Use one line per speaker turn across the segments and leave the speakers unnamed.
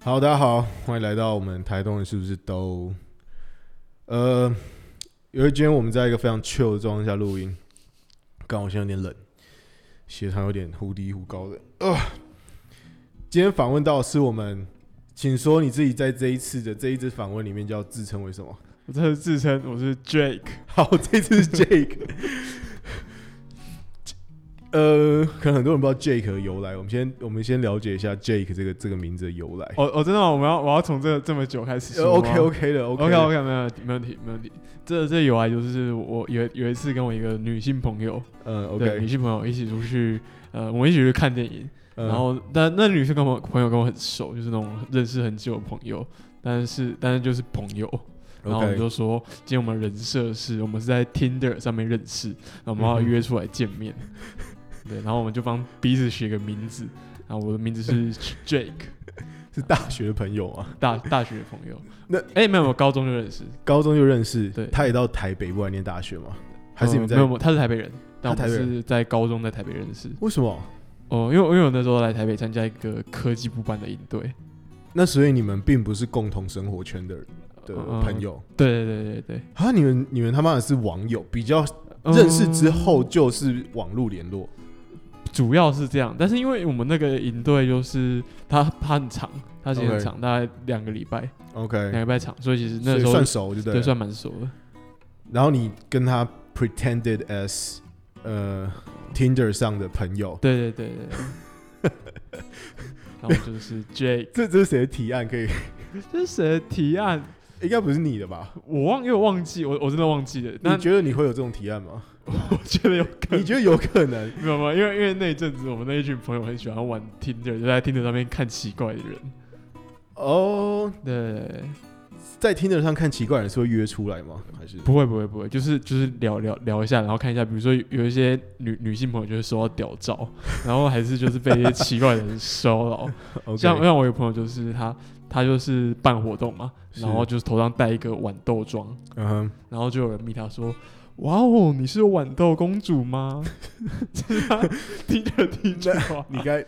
好，大家好，欢迎来到我们台东人是不是都？呃，因为今天我们在一个非常 chill 的状况下录音，刚好现在有点冷，血糖有点忽低忽高的。呃、今天访问到的是我们，请说你自己在这一次的这一支访问里面叫自称为什么？
我这是自称我是 Jake，
好，这次是 Jake。呃，可能很多人不知道 Jake 的由来，我们先我们先了解一下 Jake 这个这个名字的由来。
我我、真的吗我们要我要从这这么久开始
呃
哦说吗
OK OK 的 OK
OK
的
OK 没有没问题没问题，这这由来就是我有有一次跟我一个女性朋友
嗯
对女
OK，
性朋友一起出去，呃，我们一起去看电影，
嗯
然后但那女生跟我朋友跟我很熟，就是那种认识很久的朋友，但是但是就是朋友。然后我们
OK
就说，今天我们人设是我们是在 Tinder 上面认识，然后我们要
嗯哼
约出来见面。对，然后我们就帮彼此取一个名字，然后我的名 字是 Jake，
是大学朋友啊，
大大学的朋友。
那
哎、没有没有，高中就认识，
高中就认识，
对
他也到台北过来念大学吗？还是你们
嗯
在
没有没有，他是台北人，但我
他
们
台北
是在高中在台北认识。
为什么？
哦、因为因为我那时候来台北参加一个科技部办的营队，
那所以你们并不是共同生活圈的人的
嗯
朋。友
对对对对对，
啊，你们你们他妈的是网友，比较
嗯
认识之后就是网络联络。
主要是这样，但是因为我们那个营队就是它它很长，它时间很
OK
长，大概两个礼拜，两个
OK，
礼拜长，所以其实
所
那
以
时候
算熟就对
对
了。
算蛮熟的。
然后你跟他 pretended as 呃 Tinder 上的朋友，
对对对对对。 然后就是 Jake，
这这是谁的提案？可以
这是谁的提案？
应该不是你的吧？
我忘，因为我忘记，我我真的忘记了。
你
但
觉得你会有这种提案吗？
我觉得有可
你
能，
觉得有可能？
没有没有，因为因为那一阵子我们那一群朋友很喜欢玩 Tinder，就在 Tinder 上面看奇怪的人。
哦，
对对对，对
在 Tinder 上看奇怪的人是会约出来吗？还是
不会不会不会，就是就是聊聊聊一下，然后看一下，比如说有有一些女女性朋友就会收到屌照，然后还是就是被一些奇怪的人骚扰。
OK
像像我有朋友就是他他就是办活动嘛，
是
然后就是头上戴一个豌豆装，
嗯哼，
然后就有人密他说：“哇哦，你是豌豆公主吗？” 这 是他听着听着话，
你该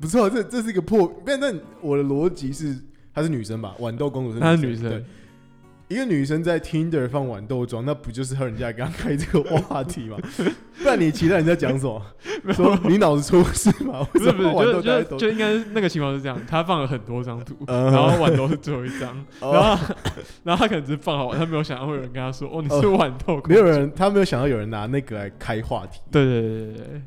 不错，这这是一个破。但但我的逻辑是，她是女生吧？豌豆公主是
她是女
对
生，
一个女生在 Tinder 放豌豆妆，那不就是和人家刚开这个话题 吗？不然你期待人家讲什么？
没有
说你脑子出事吗？
不
为
是
什
不
么
是，
豌
就
豆在
就
抖
就应该是那个情况是这样，他放了很多张图，
嗯
然后豌豆是最后一张，
哦
然后然后他可能只是放好，他没有想到会有人跟他说：“哦，你是
哦
豌豆公主。”
没有，人，他没有想到有人拿那个来开话题。
对对对对对。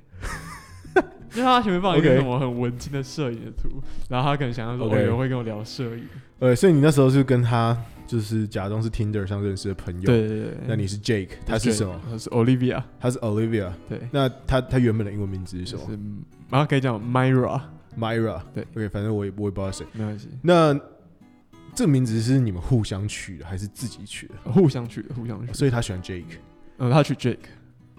因为他前面放了一个
OK
什么很文青的摄影的图，然后他可能想要说，哦，
OK
有人会跟我聊摄影。
呃，所以你那时候是跟他就是假装是 Tinder 上认识的朋友。
对对对对，
那你是 Jake，他是什么？？
他嗯是 Olivia，
他是 Olivia。
对，
那他他原本的英文名字是什么
就是，嗯然后可以讲 Myra，
？Myra。
对
，OK，反正我也我也不知道谁。
没关系，
那这名字是你们互相取的，还是自己取的？
互相取的，互相取。
哦所以他喜欢 Jake，
嗯，他取 Jake，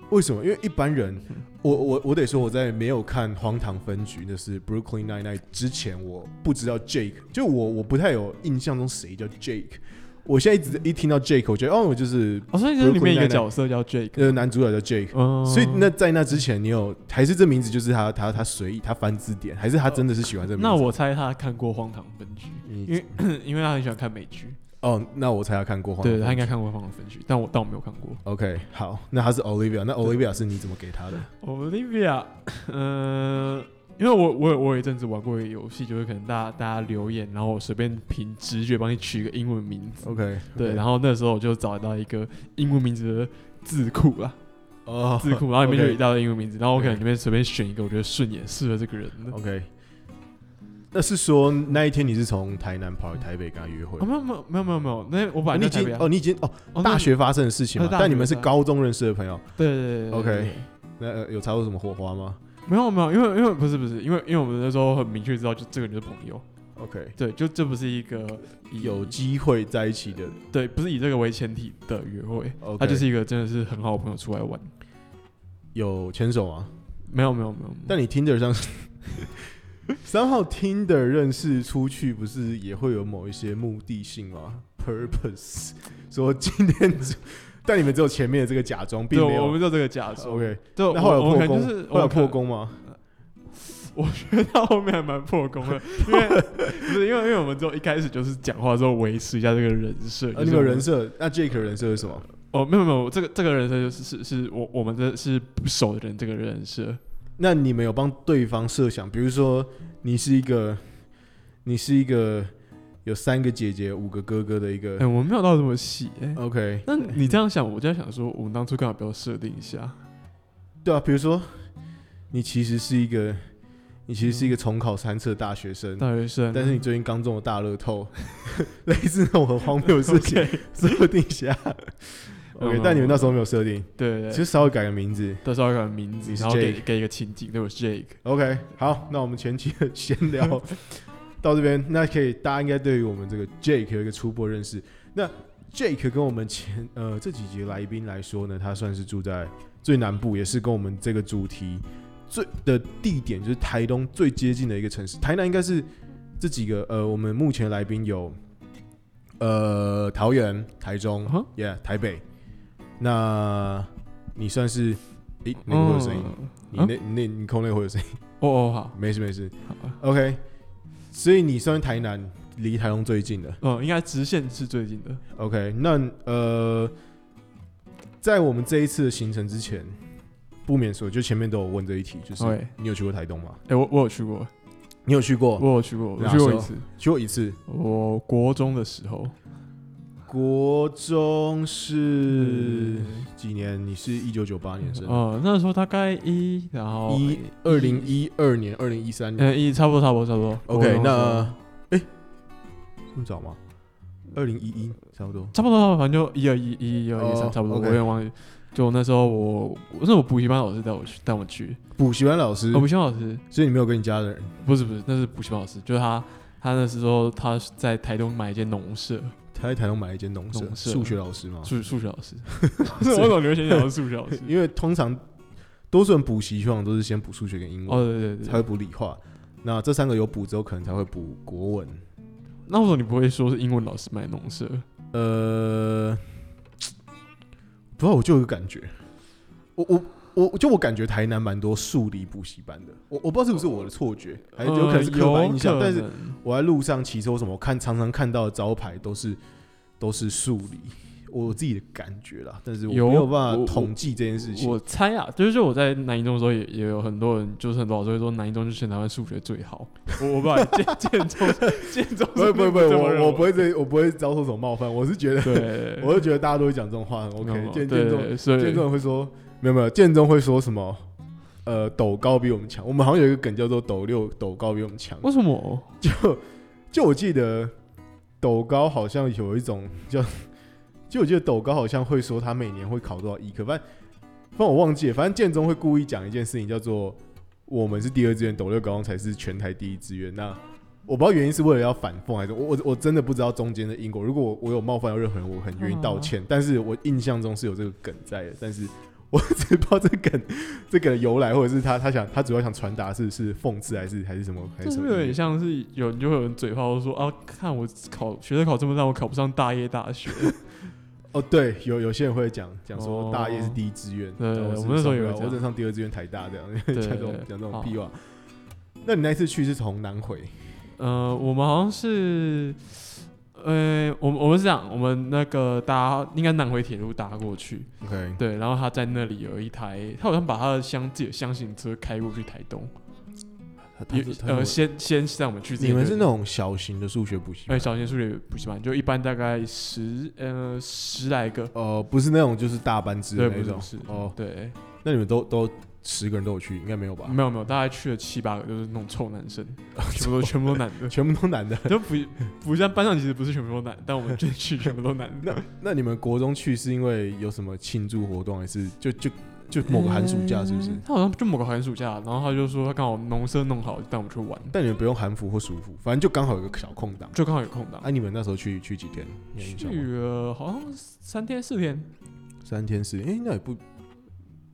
为什么？因为一般人，我我我得说，我在没有看《荒唐分局》那是 Brooklyn Nine Nine 之前，我不知道 Jake，就我我不太有印象中谁叫 Jake。我现在一直一听到 Jake，我觉得哦，就是
哦，所以就是里面一
Brooklyn
个
Nine-Nine
角色叫 Jake，
呃男主角叫 Jake。
嗯，
所以那在那之前，你有还是这名字就是他他他随意他翻字典，还是他真的是喜欢这名字？
那我猜他看过《荒唐分局
你》，
因为 因为他很喜欢看美剧，
哦，那我猜他看过《荒唐
对
分
他应
局
该看过《荒唐分局》，但我但我没有看过。
OK，好，那他是 Olivia，那 Olivia 是你怎么给他的？
Olivia，嗯、因为我我有我有一阵子玩过一个游戏，就是可能大家大家留言，然后我随便凭直觉帮你取一个英文名字，
OK，
对，然后那时候我就找到一个英文名字的字库 啦，
哦，
字库，然后里面就有一
OK
大堆英文名字，然后我可能
OK
里面随便选一个我觉得顺眼、适合这个人的。
OK，那是说那一天你是从台南跑来台北跟他约会
哦，？没有没有没有没有没有，那我本
哦
来
你
在
已
台北
经
啊、
哦，你已经哦，
哦
大学发生的事情嘛
呃，大学
但你们是高中认识的朋友，
那对对对对对
OK
对
那呃有擦出什么火花吗
没有没有，因为因为不是不是，因为因为我们那时候很明确知道，就这个人就是朋友，
？OK，
对，就这不是一个以
有机会在一起的
对，不是以这个为前提的约会，
，OK，
他就是一个真的是很好的朋友出来玩。
有牵手吗？
没有没有没有，没有
但你 Tinder 上三号 Tinder 认识出去，不是也会有某一些目的性吗？Purpose，说今天只，但你们只有前面的这个假装，并
对，
没
我
有
们。就这个假装。
OK，
对，
那后来有
我我
破
可能
功，
就
后
是
来
我
有
可能
破功吗？
我觉得到后面还蛮破功的，因为不是因为因为我们之后一开始就是讲话之后维持一下这个人设，就
呃，
是
那个
我们
人设，那 Jake 的人设是什么？
哦没有没有，这个这个人设就是是是我我们的是不熟的人这个人设，
那你们有帮对方设想，比如说你是一个，你是一个有三个姐姐、五个哥哥的一
哎、
个
我们没有到这么细、哎、
，OK，
那你这样想，我就在想说，我们当初干嘛不要设定一下？
对啊，比如说你其实是一个，你其实是一个重考三次的大学生，
大学生，
但是你最近刚中了大乐透， 类似那种很荒谬的事情设定一下。OK，
嗯
但你们那时候没有设定，
对对
其
对，
实稍微改个名字。
到时候要改名字，
你是
然后给
Jake
给一个情景，对我是 Jake，
OK，好，那我们前期的闲聊到这边，那可以大家应该对于我们这个 Jake 有一个初步认识。那 Jake 跟我们前呃这几集来宾来说呢，他算是住在最南部，也是跟我们这个主题最的地点就是台东最接近的一个城市。台南应该是这几个呃，我们目前来宾有呃桃园、台中
嗯、哼
Yeah 台北。那你算是诶，那个会有声音，
嗯
你那你那你空内会有声音。
哦哦好，
没事没事
好
，OK。所以你算台南离台东最近的
嗯，应该直线是最近的。
，OK 那。呃，在我们这一次的行程之前，不免说，就前面都有问这一题，就是
对，
你有去过台东吗？
哎、我我有去过，
你有去过？
我有去过，我
哦哪
去过
时
一
候
次，
去过一次。
我国中的时候，
国中是
嗯
几年？你是一九九八年生，
哦、那时候大概一，然后
一二零一二年、二零一三年。
嗯一差不多差不多差不多。国
OK，
中的时候
那哎，这么早吗？二零一一差不多。
差不多，差不多，反正就一二一一一二一
哦
三，差不多。我
OK
有点忘记。就那时候我，那时候我补习班老师带我去，带我去。
补习班老师
哦，，补习班老师
所以你没有跟你家人
不是不是，那是补习班老师，就是他，他那时候他在台东买一间农舍，
他在台东买了一间农舍，
农舍
数学老师嘛。。
数数学老师。我总留学想到数学老师
因为通常多数人补习通常都是先补数学跟英文，
哦，对对对
才
对。
会补理化。那这三个有补之后，可能才会补国文。
那为什么你不会说是英文老师买农舍？
呃，不知道，我就有个感觉，我我。我就我感觉台南蛮多数理补习班的，我我不知道是不是我的错觉，还是哎有可能是刻
呃
板
有
印象。
可
但是
能
我在路上骑车或什么，我看常常看到的招牌都是都是数理，我自己的感觉啦，但是我没
有
有办
我
法
我
统计这件事情。
我猜啊，就是就我在南一中的时候也，也有很多人，就是很多老师会说南一中就是全台湾数学最好。我我不好意思，建建中建 中
不会不会不会，
这么认
我我
为
不会这我 不会遭受什么冒犯，我是觉得，
对，
我是觉得大家都会讲这种话很
没有
，OK。建
对
建中
对所以
建中人会说没有没有，建中会说什么？呃，斗高比我们强，我们好像有一个梗叫做“斗六斗高比我们强
为什么？”，
就就我记得斗高好像有一种叫， 就我记得斗高好像会说他每年会考多少一科，反正反正我忘记了，反正建中会故意讲一件事情叫做我们是第二志愿，斗六高中才是全台第一志愿。那我不知道原因是为了要反讽还是我我我真的不知道中间的因果。如果我我有冒犯到任何人，我很愿意道歉。
哦
但是我印象中是有这个梗在的，但是我只不知道这个梗 这个的由来，或者是他他想他主要想传达是是讽刺还是还是什么还
这
是
是
什
不
么
是有
意
点
义？
像是有人就会有人嘴炮说啊，看我考学生考这么烂，我考不上大业大学。
哦，对，有有些人会讲讲说
哦
大一是第一志愿，
对
然后
我
是
们那时候
上不
有
了
这
我
样
只上第二志愿台大这样，
对
讲这种
对
讲这种
好
屁话。那你那一次去是从南回
呃，我们好像是，呃，我们我们是这样，我们那个搭应该南回铁路搭过去，
，OK，
对，然后他在那里有一台，他好像把他的箱自己的箱型车开过去台东，
哦
也呃先先让我们去这
你们
个
是那种小型的数学补习班
哎，小型数学补习班，就一般大概十呃十来个，
哦，不是那种就是大班制的
对，
那
不是
种
不是
哦。
对，
那你们都都十个人都有去，应该没有吧？
没有没有，大概去了七八个，就是那种臭男生，全部都全部都男 的，
全部都男的。
就补补习班班上其实不是全部都男，但我们这去全部都男的
那。那你们国中去是因为有什么庆祝活动，还是就就就 某个寒暑假是不是？
嗯他好像就某个寒暑假，然后他就说他刚好农舍弄好，就带我们去玩，
但你们不用韩服或暑服，反正就刚好有个小空档。
就刚好有空档。
哎、你们那时候去去几天？你有印象吗
啊去了好像三天四天，
三天四天，哎、那也不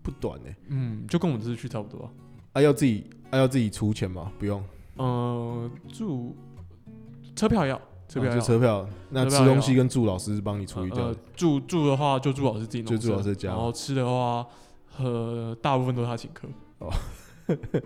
不短呢、
嗯，就跟我们这次去差不多。
啊，要自己啊要自己出钱吗？不用，
嗯，住车票要车票
啊
要
就车票。那
车
吃
票
东西
要
跟住老师是帮你处理掉的。
呃，住住的话就住老师自己弄，
就住老师家
然后吃的话，呃，大部分都是他请客。
哦，
对，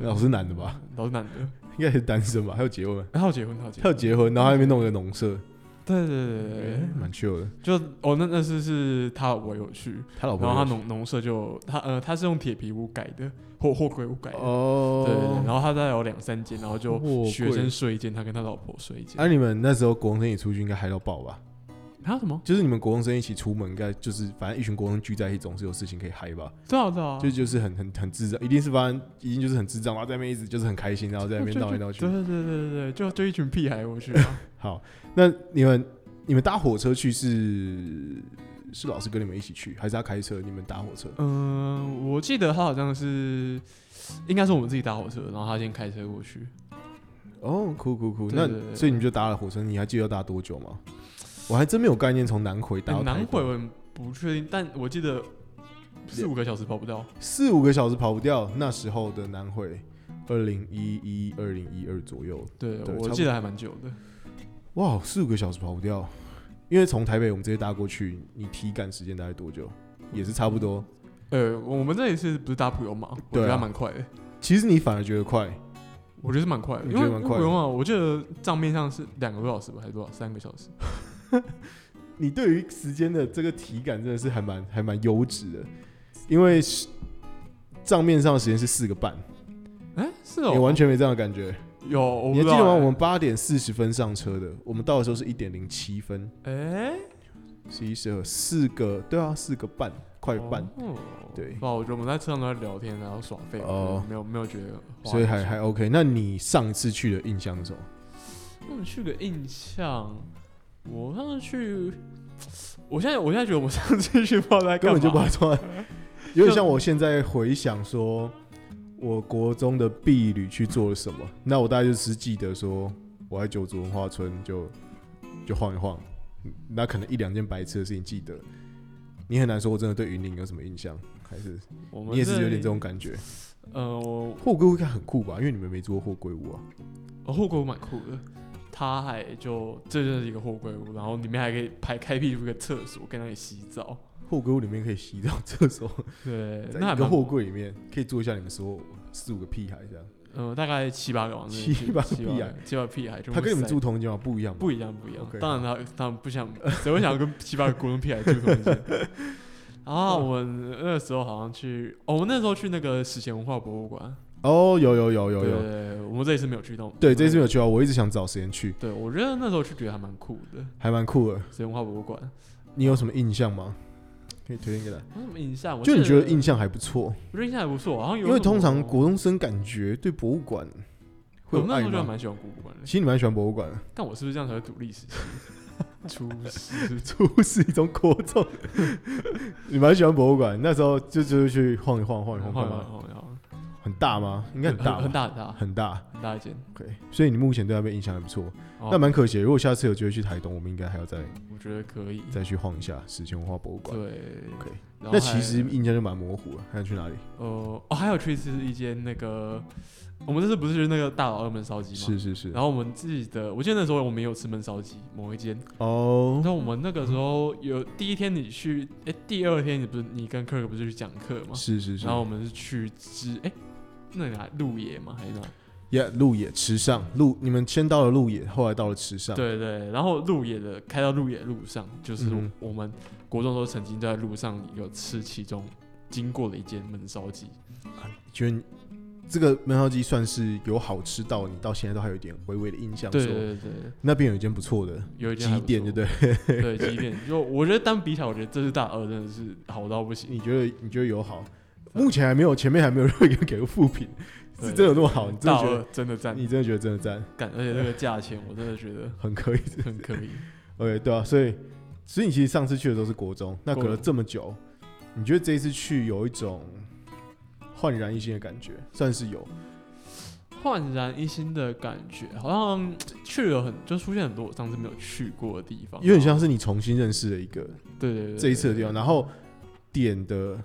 老师男的吧？
老是男的，
应该也是单身吧？还有结婚吗，
他有结婚，他有结
他
婚，
有结婚，然后还没弄个农舍，
对对对对对
哎，蛮 chill 的。
就哦，那那次是他我有去，
他老婆
然后
有
他农农舍就他呃他是用铁皮屋改的，或或鬼屋改的，
哦，
对对对，然后他大概有两三间，然后就
货柜
学生睡一间，他跟他老婆睡一间。
啊，你们那时候国中生一起出去应该嗨到爆吧？
还有什么？
就是你们国中生一起出门，应该就是反正一群国中聚在一起，总是有事情可以嗨吧？
知道知道啊，
就就是很很很智障，一定是发生，一定就是很智障，然后在那边一直就是很开心，然后在那 边
就
闹来
就
闹去
对。对对对对，就就一群屁孩过去啊。
好，那你们你们搭火车去是是老师跟你们一起去，还是他开车？你们搭火车？
嗯，我记得他好像是，应该是我们自己搭火车，然后他先开车过去。
哦，酷酷酷，
对
那
对对对
所以你就搭了火车，你还记得要搭多久吗？我还真没有概念，从哎南回搭到
很哎难
台北
回，我很不确定，但我记得四五个小时跑不到。
四五个小时跑不掉。那时候的南回，二零一一、二零一二左右，
对，
对
我
差不
记
多
得还蛮久的。
哇，四五个小时跑不掉。因为从台北我们直接搭过去，你体感时间大概多久？也是差不多。
呃，我们这里是不是搭普悠玛？我
对啊
觉得还蛮快的，
其实你反而觉得快，
我觉得是蛮快的，
你
因
觉得
为
蛮
因为
快
普
的
悠玛我记得账面上是两个多小时吧，还是多少？三个小时。
你对于时间的这个体感真的是还蛮还蛮优质的，因为是账面上的时间是四个半，
哎，是
你、
哦，
完全没这样的感觉。
有，我不
你还
知
记
道
得吗？
欸
我们八点四十分上车的，我们到的时候是一点零七分，
哎，
十一十二四个，对啊，四个半，快半，
哦，
对
哇，我觉得我们在车上都在聊天，然后耍废，
哦
没有没有觉得花
所以还
钱
还 OK。那你上一次去的印象是什么？
我们去个印象，我上次去，我现在我现在觉得我上次去不知道在
根
干嘛，
本就不知道穿， 有点像我现在回想说，我国中的避旅去做了什么。那我大概就只记得说，我在九族文化村就就晃一晃，那可能一两件白痴的事情记得。你很难说我真的对云林有什么印象，还是
我们
你也是
在
有点这种感觉。
呃，我
货柜屋应该很酷吧？因为你们没做过货柜屋啊。
我货柜屋蛮酷的，它还就这就是一个货柜屋，然后里面还可以拍开辟出一个厕所，跟那里洗澡，
货柜屋里面可以洗澡，厕 所
对，
在
那还
一个
蛮
货，柜里面可以坐一下你们所有四五个屁孩这样。
呃，大概七八个往那边
七
去
八个
七八
屁
个
孩
七八个屁孩，全部
他跟你们
塞
住同一间吗？不一样吧，
不一样，不一样。
OK
当然他他们不想，谁会想要跟七八个国中屁孩住同一 间？然
哦
后我们那时候好像去，哦，我们那时候去那个史前文化博物馆，
哦，有有有有
对
有
对，对，我们这一次没有去到。
对，这次没有去啊，我一直想找时间去，
对，我觉得那时候去觉得还蛮酷的，
还蛮酷的。
史前文化博物馆。啊
你有什么印象吗？可以推荐给他。
我有什么印象？我
就你
记
觉得印，象还不错，
我觉得印象还不错，好像有
因为
什
通常
么
国中生感觉对博物馆会
我
有
们那
爱
时候就还
吗？
蛮喜欢博物馆的
其，实你蛮喜欢博物馆的，
但我是不是这样才会读历史系？出师
出是一种国中，你蛮喜欢博物馆。那时候就就是去晃一晃，晃一晃干嘛？
晃晃，
很大吗？应该很大，
很，大很大
很大。
很大一间。
OK，所以你目前对那边印象还不错，
哦嗯
那蛮可惜的。如果下次有机会去台东，我们应该还要再
我觉得可以。
再去晃一下史前文化博物馆。
对
OK
然后
那其实
还
印象就蛮模糊了。还想去哪里？
呃，哦，还有去吃一间那个，我们这次不是去那个大佬二焖烧鸡吗？
是。是是，
然后我们自己的，我记得那时候我们也有吃焖烧鸡，某一间。
哦
然，后我们那个时候有第一天你去，哎、第二天你不是你跟克克不是去讲课吗？
是是是
然，后我们是去吃，哎、那哪鹿野吗？还是哪？
也鹿野池上鹿，你们先到了鹿野，后来到了池上，，
对对。然后鹿野的开到鹿野路上，就是
嗯
我们国中的时候曾经在路上有吃其中经过的一间焖烧鸡，
啊觉得这个焖烧鸡算是有好吃到你到现在都还有一点微微的印象，
对
说
对对对，
那边有一间不错的
有一间
鸡
还不
店，
错
对 不对？
对，几点？就我觉得单比起来，我觉得这是大二真的是好到不行。
你觉得你觉得有好？目前还没有，前面还没有任何一个给过负评，是真的有那么好？你真的
大
觉
二
得？
真的赞，
你真的觉得真的赞，
感，而且这个价钱我真的觉得
很可以。
很可 以。
OK，对啊，所以所以你其实上次去的都是国中，那隔
国
了
中
这么久，你觉得这一次去有一种焕然一新的感觉，算是有。
焕然一新的感觉，好像去了很就出现很多我上次没有去过的地方，
有点像是你重新认识了一个
对对对
这一次的地方，然后点的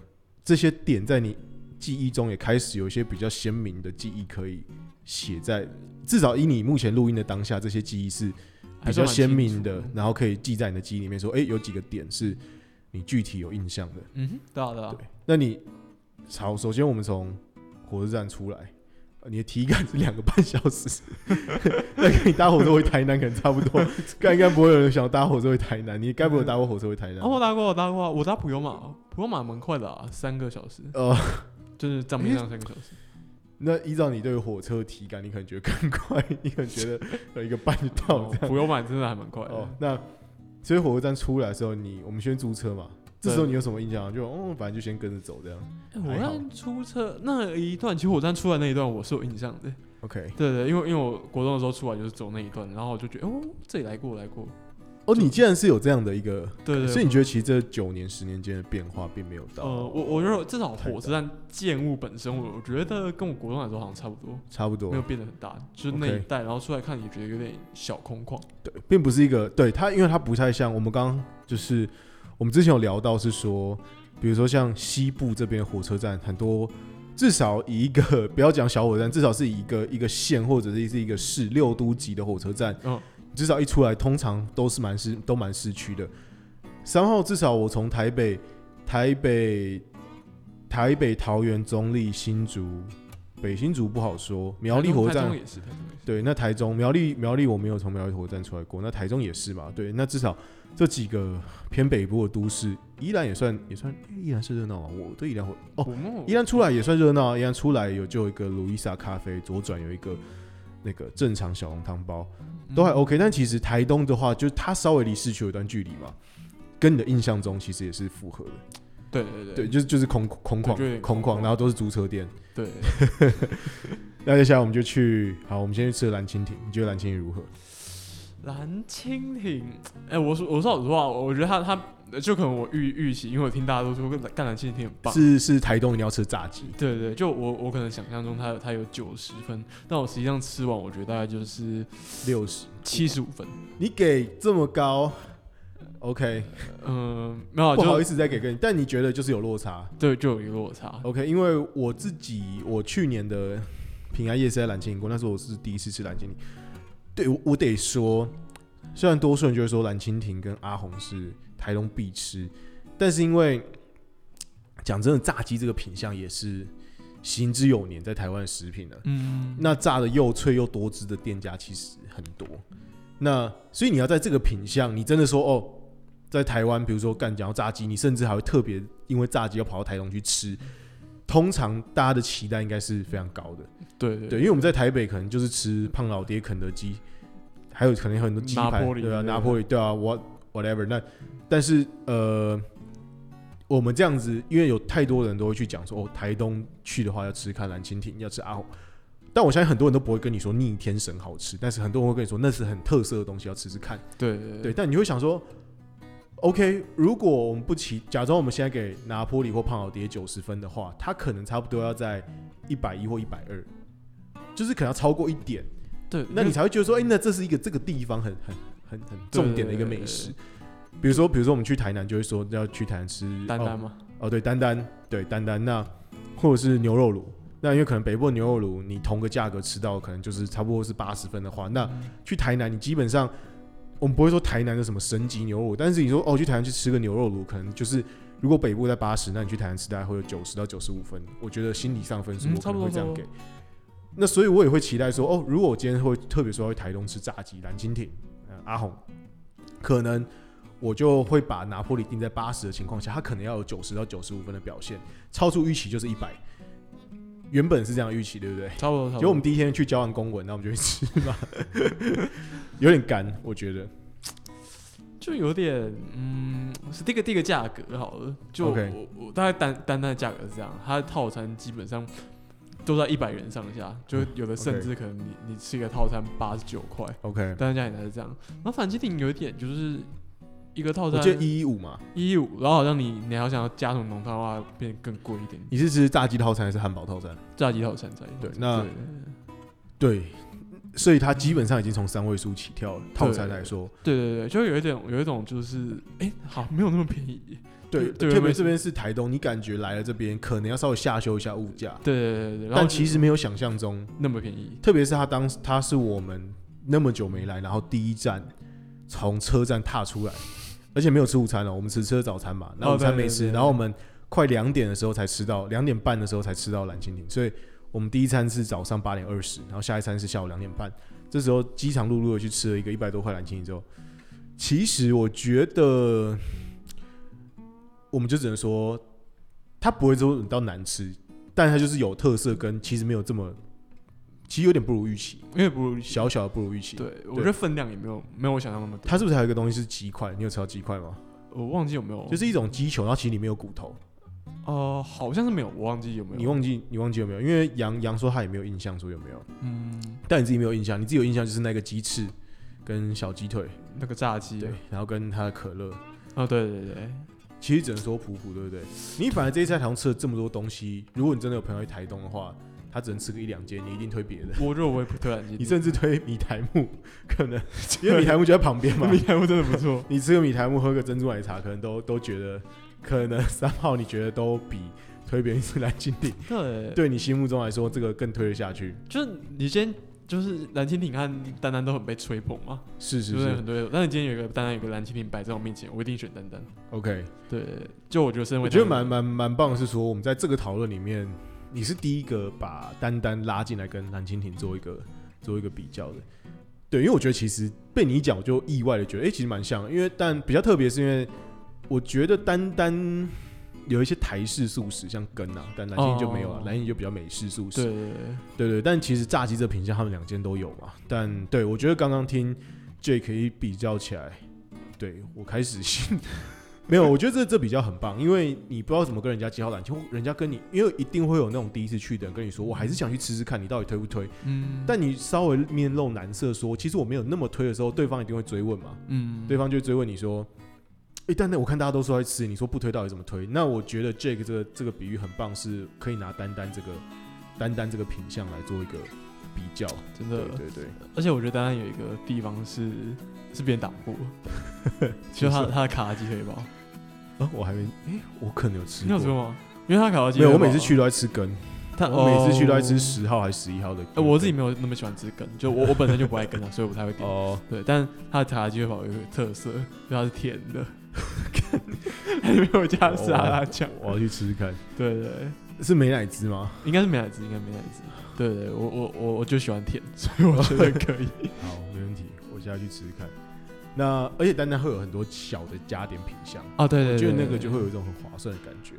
这些点在你记忆中也开始有一些比较鲜明的记忆可以写在，至少以你目前录音的当下，这些记忆是比较鲜明的，然后可以记在你的记忆里面，说，哎、有几个点是你具体有印象的。
嗯哼，对啊对啊
对，那你好，首先我们从火车站出来，呃你的体感是两个半小时， 那跟你搭火车回台南可能差不多。该应该不会有人想搭火车回台南，你该不会有搭过火车回台南吧？
哦，我搭过，我搭过，我搭普悠玛，普悠玛蛮快的啊，三个小时，
呃，
就是账面上三个小时。
那依照你对火车体感，你可能觉得更快， 你可能觉得有一个半就到
哦
这样。
普悠玛真的还蛮快
哦
的，，
那所以火车站出来的时候，你我们先租车嘛。这时候你有什么印象啊？就哦，反正就先跟着走这样。还
哎火
好
站出车那一段，其实火车站出来那一段我是有印象的。
OK。
对对，因为因为我国中的时候出来就是走那一段，然后我就觉得哦，这里来过来过。
哦，你既然是有这样的一个，
对对，
所以你觉得其实这九年、十年间的变化并没有到，
呃，我我觉得至少
太
火车站建物本身，我我觉得跟我国中来说好像差不多，
差不多
没有变得很大，就是那一
啊 OK
带，然后出来看也觉得有点小空旷。
对，并不是一个对它，因为它不太像我们刚刚就是我们之前有聊到是说，比如说像西部这边火车站很多，至少以一个不要讲小火车站，至少是以一个一个县或者是是一个市六都级的火车站，
嗯
至少一出来通常都是蛮市都蛮市区的。三号至少我从台北、台北、台北、桃园、中立、新竹、北新竹不好说，苗栗火车
台
站
中也是，台中也是。
对，那台中苗栗苗栗我没有从苗栗火车站出来过，那台中也是嘛。对，那至少这几个偏北部的都市，宜兰也算也算，诶宜兰是热闹啊。我对宜兰火哦，
我们
宜兰出来也算热闹啊。宜兰出来有就有一个卢伊莎咖啡，左转有一个那个正常小笼汤包，
嗯
都还哦 OK。但其实台东的话，就是它稍微离市区有一段距离嘛，跟你的印象中其实也是符合的。
对对对
对，就是就是空空
对就有
旷
点
空
空
旷，
旷
然后都是租车店。
对，
那接下来我们就去，好，我们先去吃蓝蜻蜓。你觉得蓝蜻蜓如何？
蓝蜻蜓，哎、我说我说老实话，我觉得他他就可能我预预期，因为我听大家都说干蓝蜻蜓很棒，
是是台东一定要吃炸鸡，
对对，就我我可能想象中它有它有九十分，但我实际上吃完，我觉得大概就是
六十，
七十五分。
你给这么高，OK，
嗯、没有，
不好
就
意思再给个你，但你觉得就是有落差
对，就有一个落差。
，OK？因为我自己我去年的平安夜是在蓝蜻蜓过，那时候我是第一次吃蓝蜻蜓，对我我得说，虽然多数人就会说蓝蜻蜓跟阿红是台东必吃，但是因为讲真的，炸鸡这个品相也是行之有年在台湾的食品了、
嗯，
那炸的又脆又多汁的店家其实很多。那所以你要在这个品相，你真的说哦，在台湾，比如说干讲到炸鸡，你甚至还会特别因为炸鸡要跑到台东去吃。通常大家的期待应该是非常高的，
对对
对，因为我们在台北可能就是吃胖老爹、肯德基，还有可能有很多鸡
拿
排
坡，里
对啊，
对
拿破里，对啊，what whatever 那。但是呃，我们这样子，因为有太多人都会去讲说，哦，台东去的话要吃看蓝蜻蜓，要吃阿红。但我相信很多人都不会跟你说逆天神好吃，但是很多人会跟你说那是很特色的东西，要吃吃看。
对对
对，但你会想说，OK，如果我们不期，假装我们现在给拿坡里或胖老爹九十分的话，他可能差不多要在一百一或一百二，就是可能要超过一点，
对，
那
因
你
为
才会觉得说，哎、那这是一个这个地方很很很很重点的一个美食
对。
比如说，比如说我们去台南就会说要去台南吃
丹丹
哦
嘛，
哦，对，丹丹，对，丹丹，那或者是牛肉炉，那因为可能北部的牛肉炉你同个价格吃到，可能就是差不多是八十分的话，那
嗯
去台南你基本上我们不会说台南的什么神级牛肉炉，但是你说哦去台南去吃个牛肉炉，可能就是如果北部在八十，那你去台南吃大概会有九十到九十五分，我觉得心理上分数
嗯
我可
差不
能
多
会这样
差不
给
多。
那所以，我也会期待说，哦，如果我今天会特别说要去台东吃炸鸡、蓝蜻蜓、呃阿红，可能我就会把拿破里定在八十的情况下，他可能要有九十到九十五分的表现，超出预期就是一百。原本是这样的预期，对不对？
差不多差
结
不多。
果我们第一天去交换公文，那我们就去吃嘛， 有点干，我觉得。
就有点，嗯，是第一个第一个价格好了，就我
OK
我大概单单单的价格是这样，它的套餐基本上都在一百元上下，就有的
嗯
甚
OK
至可能你你吃一个套餐八十九块，
OK，
单单价也才是这样。然后反击顶有一点就是一个套
我
餐
记得一一五嘛，
一五，然后好像你你还要想要加什么浓汤的话，变得更贵一点，
你是吃炸鸡套餐还是汉堡套餐？
炸鸡套餐才
对那
对
对，所以它基本上已经从三位数起跳了。套餐
对
来说，
对对对，就有一点有一种就是，哎、好没有那么 便宜，
对，
对
特
没
别
错
这边是台东，你感觉来了这边可能要稍微下修一下物价，
对对对对对，然后
但其实没有想象中，
那么便宜，
特别是他当他是我们那么久没来，然后第一站从车站踏出来，而且没有吃午餐哦了、我们只吃了早餐嘛，那
哦
午餐
对
没
对
吃，
对
然后我们快两点的时候才吃到，两点半的时候才吃到蓝蜻蜓，所以我们第一餐是早上八点二十，然后下一餐是下午两点半。这时候饥肠辘辘的去吃了一个一百多块蓝青之后，其实我觉得，我们就只能说，它不会说到难吃，但它就是有特色，跟其实没有这么，其实有点不如预期，
因为不如
小小的不如预期。
对，我觉得分量也没有没有我想象那么多。
它是不是还有一个东西是鸡块？你有吃到鸡块吗？
我忘记有没有，
就是一种鸡球，然后其实里面有骨头。
呃，好像是没有，我忘记有没有。
你忘记你忘记有没有？因为杨杨说他也没有印象，说有没有，
嗯，
但你自己没有印象，你自己有印象就是那个鸡翅跟小鸡腿，
那个炸鸡，
对，然后跟他的可乐，
啊，对对对，
其实只能说普普，对不对？你反而这一次在台中吃了这么多东西，如果你真的有朋友去台东的话，他只能吃个一两间，你一定推别的。
我觉得我也不突然
你甚至推米苔木，可能因为米苔木就在旁边嘛。，
米苔木真的不错
你吃个米苔木，喝个珍珠奶茶，可能都都觉得，可能三号你觉得都比推别人是蓝精灵，
对，
对你心目中来说，这个更推得下去。
就是你今天就是蓝蜻蜓和丹丹都很被吹捧嘛，
是是
就是很多人。但是今天有一个丹丹，有个蓝蜻蜓摆在我面前，我一定选丹丹。
，OK。
对，就我觉得身为
我觉得
台湾
蛮蛮
人
蛮棒的是说，我们在这个讨论里面，你是第一个把丹丹拉进来跟蓝蜻蜓做一个做一个比较的。对，因为我觉得其实被你一讲，我就意外的觉得，哎、其实蛮像的。因为但比较特别是因为我觉得丹丹有一些台式素食，像根啊，但蓝蜻蜓就没有啊
哦，
蓝蜻蜓就比较美式素食。
对对对，
对对，但其实炸鸡这品相他们两间都有嘛。但对我觉得刚刚听 Jake 一比较起来，对我开始信 没有，我觉得这这比较很棒，因为你不知道怎么跟人家介绍感情，人家跟你，因为一定会有那种第一次去的人跟你说，我还是想去吃吃看，你到底推不推？
嗯，
但你稍微面露难色说，其实我没有那么推的时候，对方一定会追问嘛，
嗯，
对方就会追问你说。诶，但那我看大家都说要吃，你说不推到底怎么推？那我觉得 Jake 这个这个比喻很棒，是可以拿丹丹这个丹丹这个品相来做一个比较。
真的，
对对，
而且我觉得丹丹有一个地方是是别人打不过， 就是他他的卡拉鸡腿堡，
啊，我还没，哎、我可能有吃
你有吃过
过。
吗？因为他卡拉鸡
没
腿
有，
堡，
我每次去都在吃根，
他，
我每次去都在
啊哦
吃。十号还是十一号的根、
呃，我自己没有那么喜欢吃根，就我我本身就不爱根啊，所以我才会点。
哦，
对，但它的塔拉鸡堡有一个特色，就是它是甜的， 还没有加沙拉酱。
哦我要去吃吃看，
对对对，
是美乃滋吗？
应该是美乃滋，应该美乃滋。对对，我我我我就喜欢甜，所以我觉得可以。
好，没问题，我下去吃吃看。那而且丹丹会有很多小的加点品相，
啊，对对
我
对，
觉得那个
对
就会有一种很划算的感觉。